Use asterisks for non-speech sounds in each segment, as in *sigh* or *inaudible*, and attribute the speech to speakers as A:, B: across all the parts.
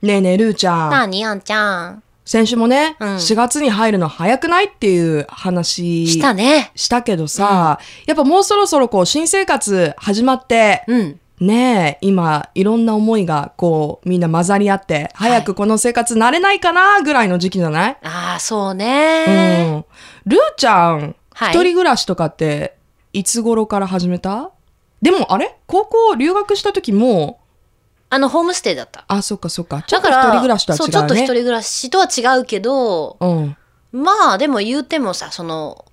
A: ねえねえ、ルーちゃ。
B: なんにあんちゃん。
A: 先週もね、
B: うん
A: 4月に入るの早くないっていう話
B: したね。
A: したけどさ、やっぱもうそろそろこう新生活始まって、
B: うん。
A: ねえ、今いろんな思いがこうみんな混ざり合って、
B: い
A: 早くこの生活慣れないかなぐらいの時期じゃない、
B: ああ、そうね。
A: うん。ルーちゃん、
B: はい
A: 一人暮らしとかっていつ頃から始めたでもあれ高校留学した時も、
B: あの、ホームステイだった。
A: あ、そっかそっか。ちょ
B: だ
A: っと
B: か
A: 一
B: ら、
A: 人暮らしとは違う
B: そ
A: ね。
B: う、ちょっと一人暮らしとは違うけど、
A: うん。
B: まあ、でも言うてもさ、その、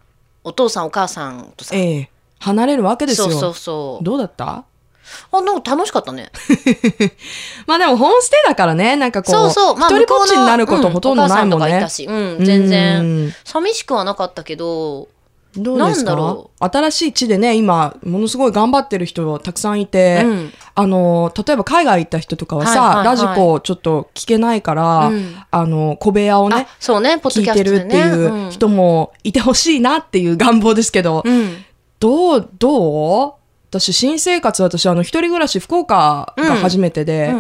B: お父さんお母さんとさ、
A: ええ離れるわけですよ。
B: そうそうそう。
A: どうだった
B: あ、なんか楽しかったね。
A: まあでもホームステイだからね、なんかこう、
B: そうそう。まあ、
A: 一人ぼっち
B: 向こうの
A: になること
B: う
A: ほとんどないもん
B: お母さんとかい
A: ね
B: た。し、うん、全然。
A: うん。
B: 寂しくはなかったけど、
A: どうですか
B: なんだろ
A: 新しい地でね、今、ものすごい頑張ってる人たくさんいて、
B: うん
A: あの、例えば海外行った人とかはさ、
B: はいはいはい
A: ラジコちょっと聞けないから、
B: うん
A: あの、小部屋を
B: あ
A: ね、、
B: そうね、ポッド
A: 聞い
B: キャ
A: て
B: スト
A: る
B: で
A: って
B: ね。
A: いう人もいてほしいなっていう願望ですけど、
B: うん。うん
A: どう、どう私、新生活、私、あの、一人暮らし、福岡が初めてで、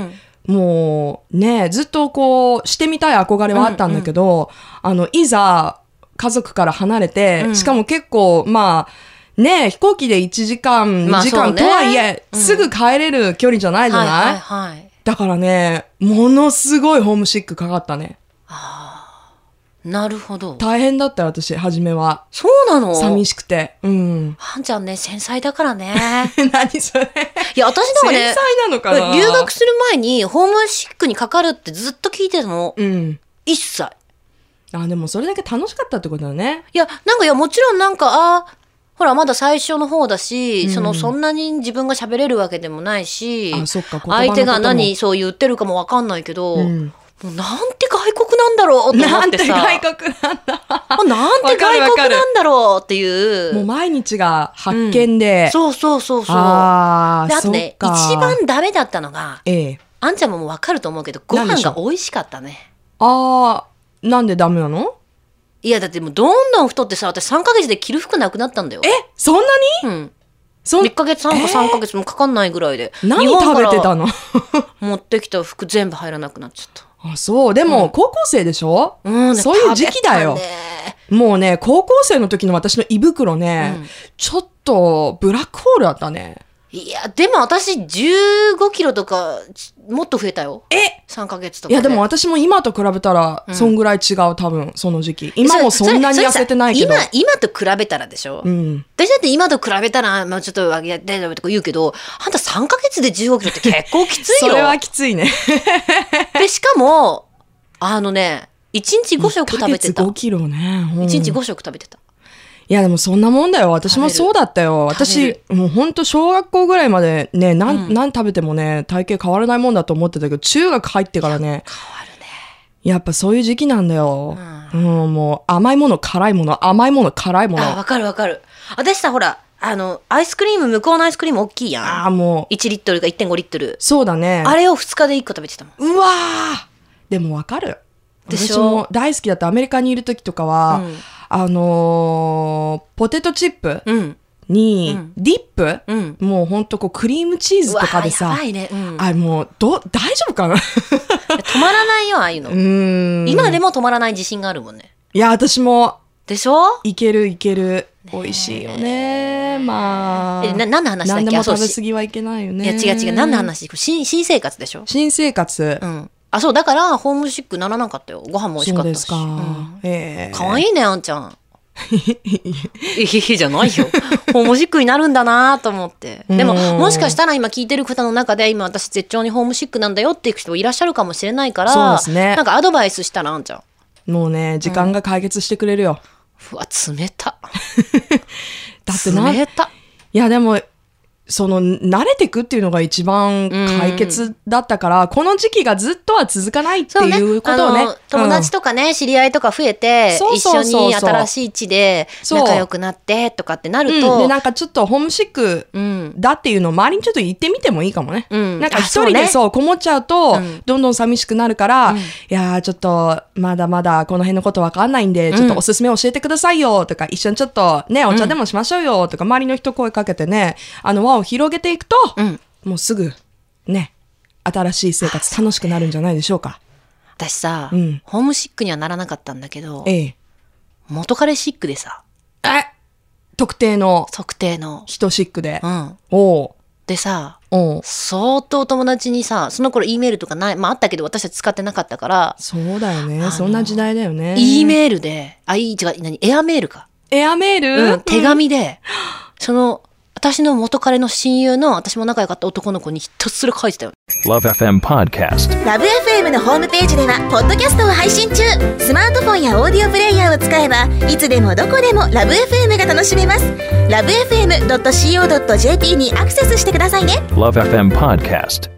B: うん
A: もうね、ずっとこう、してみたい憧れはあったんだけど、あの、いざ、家族から離れて、
B: うん
A: しかも結構、まあ、ね、飛行機で1時間、
B: ま
A: 2
B: あ
A: 時間、
B: そうね
A: とはいえ、
B: うん
A: すぐ帰れる距離じゃないじゃない、
B: はいはいはい。
A: だからね、ものすごいホームシックかかったね。
B: なるほど。
A: 大変だったよ、私、初めは。
B: そうなの
A: 寂しくて。うん。 *laughs*
B: はんちゃんね、繊細だからね。 *laughs*
A: 何それ
B: いや、私な
A: 繊
B: んかね、
A: 細なのかな
B: 留学する前にホームシックにかかるってずっと聞いてたの。
A: うん。
B: 一切。
A: あ、でもそれだけ楽しかったってことだね。
B: いや、なんかいや、もちろんなんか、あーほら、まだ最初の方だし、
A: うん
B: その、そんなに自分が喋れるわけでもないし、
A: あ、そっか、言葉の
B: 相手が
A: ことも
B: 何そう言ってるかもわかんないけど、
A: うん
B: もうなんて外国なんだろうと思
A: な
B: っ
A: ん
B: て
A: て
B: さ、
A: 外国なんだ。
B: あなんて
A: わか
B: 外国
A: るわか
B: なんだろうっていう。
A: もう毎日が発見で。
B: そうそうそうそう。
A: あ
B: で
A: あ、
B: あとね、
A: そっか
B: 一番ダメだったのが、
A: ええ。
B: あんちゃんももうわかると思うけど、ご
A: 何で
B: 飯
A: しょ
B: が
A: う
B: 美味しかったね。
A: ああ、なんでダメなの
B: いや、だってもうどんどん太ってさ、私3ヶ月で着る服なくなったんだよ。
A: え、そんなに
B: うん。
A: そん
B: 1ヶ月半
A: え
B: か
A: ー
B: 3ヶ月もかかんないぐらいで。
A: 何
B: 日本
A: 食
B: か
A: べ
B: ら
A: てたの *laughs*
B: 持ってきた服全部入らなくなっちゃった。
A: あ、そう。でも、高校生でしょ
B: うん、ね
A: そういう時期だよ
B: 食べたね
A: もうね、高校生の時の私の胃袋ね、
B: うん
A: ちょっとブラックホールだったね。
B: いや、でも私15キロとか、ちもっと増えたよ。
A: え
B: ?3 ヶ月と
A: い
B: か。
A: やでも、私も今と比べたら、そんぐらい違う、多分、その時期。今もそんなに
B: れ
A: 痩せてないけど
B: それ。さ今、今と比べたらでしょ
A: うん。
B: 私だって今と比べたら、まあ、ちょっといや大丈夫とか言うけど、あんた3ヶ月で15キロって結構きつい
A: そ
B: よ。
A: れはきついね。
B: で、しかも、あのね、1日5食食べてた。
A: 1ヶ月
B: 1
A: 5キロね。うん
B: 日5食食べてた。
A: いやでもそんなもんだよ。私もそうだったよ。
B: 食べ
A: 私
B: る、
A: もうほんと小学校ぐらいまでね、なん、
B: うん
A: なん食べてもね、体型変わらないもんだと思ってたけど、中学入ってからね、
B: 変わるね。
A: やっぱそういう時期なんだよ。う、
B: うん
A: もう甘いもの、辛いもの、甘いもの、辛いもの。
B: あ、
A: あ
B: わかるわかる。私さ、ほら、あの、アイスクリーム、向こうのアイスクリーム大きいや
A: あー、も
B: ん。1リットルか1.5リットル
A: う、。そうだね。
B: あれを2日で1個食べてたもん。
A: うわーでもわかる。
B: でし
A: 私
B: ょ
A: も大好きだったアメリカにいる時とかは、
B: うん
A: あのーポテトチップ
B: うん。
A: に
B: うん、
A: ディップ、
B: うん。
A: もうほんとこうクリームチーズとかで
B: うわ
A: さ
B: やば、いね。うん。
A: あれもう、ど、大丈夫かなう
B: 止まらないよ、ああいうの。
A: ーん。
B: 今でも止まらない自信があるもんね。
A: いや、私も、
B: でしょ
A: いけるいける。美味しいよね。まあ。
B: えな何の話だっけ
A: 何でも
B: あそう
A: 食べ過ぎはいけないよ
B: い
A: ね。
B: や、違う違う。何の話新新生活でしょ
A: 新生活
B: う。ん。あ、そう、だから、ホームシックならなかったよ。ご飯も美味し
A: そ
B: か
A: う
B: った
A: で
B: し。
A: すか。
B: うん
A: ええ
B: 可愛いね、あんちゃん。いいじゃないよ。ホームシックになるんだなと思って。でも、
A: うん
B: もしかしたら今聞いてる方の中で、今私絶頂にホームシックなんだよっていう人もいらっしゃるかもしれないから、
A: そうですね
B: なんかアドバイスしたら、あんちゃん。
A: もうね、時間が解決してくれるよ。
B: うわ、冷た。
A: だってな、い
B: 冷た。
A: やでも、その、慣れてくっていうのが一番解決だったから、この時期がずっとは続かないって
B: そうね。
A: いうことをね。
B: あの友達とかね、知り合いとか増えて、
A: そうそうそうそう
B: 一緒に新しい地で
A: そう
B: 仲良くなってとかってな
A: うん
B: る
A: うん
B: と、
A: で、なんかちょっとホームシック
B: うん。
A: だっていうのを周りにちょっと言ってみてもいいかもね。
B: うん
A: なんか
B: あ
A: 一
B: そう
A: 人で
B: ね
A: そうこもっちゃうと
B: うん、
A: どんどん寂しくなるから、いやーちょっとまだまだこの辺のことわかんないんで、ちょっとおすすめ教えてくださいよとか、一緒にちょっとね、お茶でもしましょうよとか、周りの人声かけてね、あの輪を広げていくと、
B: うん。
A: もうすぐ、ね、新しい生活楽しくなるんじゃないでしょうか。
B: 私さ、
A: うん
B: ホームシックにはならなかったんだけど、
A: え
B: 元彼シックでさ、
A: え。え特定の
B: 測定の。
A: 人シックで
B: う。ん。
A: おう
B: でさ、
A: おう
B: 相当友達にさ、その頃 E メールとかない、まああったけど私たち使ってなかったから、
A: そうだよ
B: あ
A: ね。
B: の
A: そんな時代だよね。
B: E メールで、あ、いい、違う、何、エアメールか。
A: エアメール、
B: うん、手紙で、その、私の元彼の親友の、私も仲良かった男の子にひたすら書いてたよ。
C: Love FM Podcast.
D: ラブ f m のホームページではポッドキャストを配信中スマートフォンやオーディオプレイヤーを使えばいつでもどこでもラブ f m が楽しめますラブ FM.co.jp にアクセスしてくださいね
C: Love FM Podcast.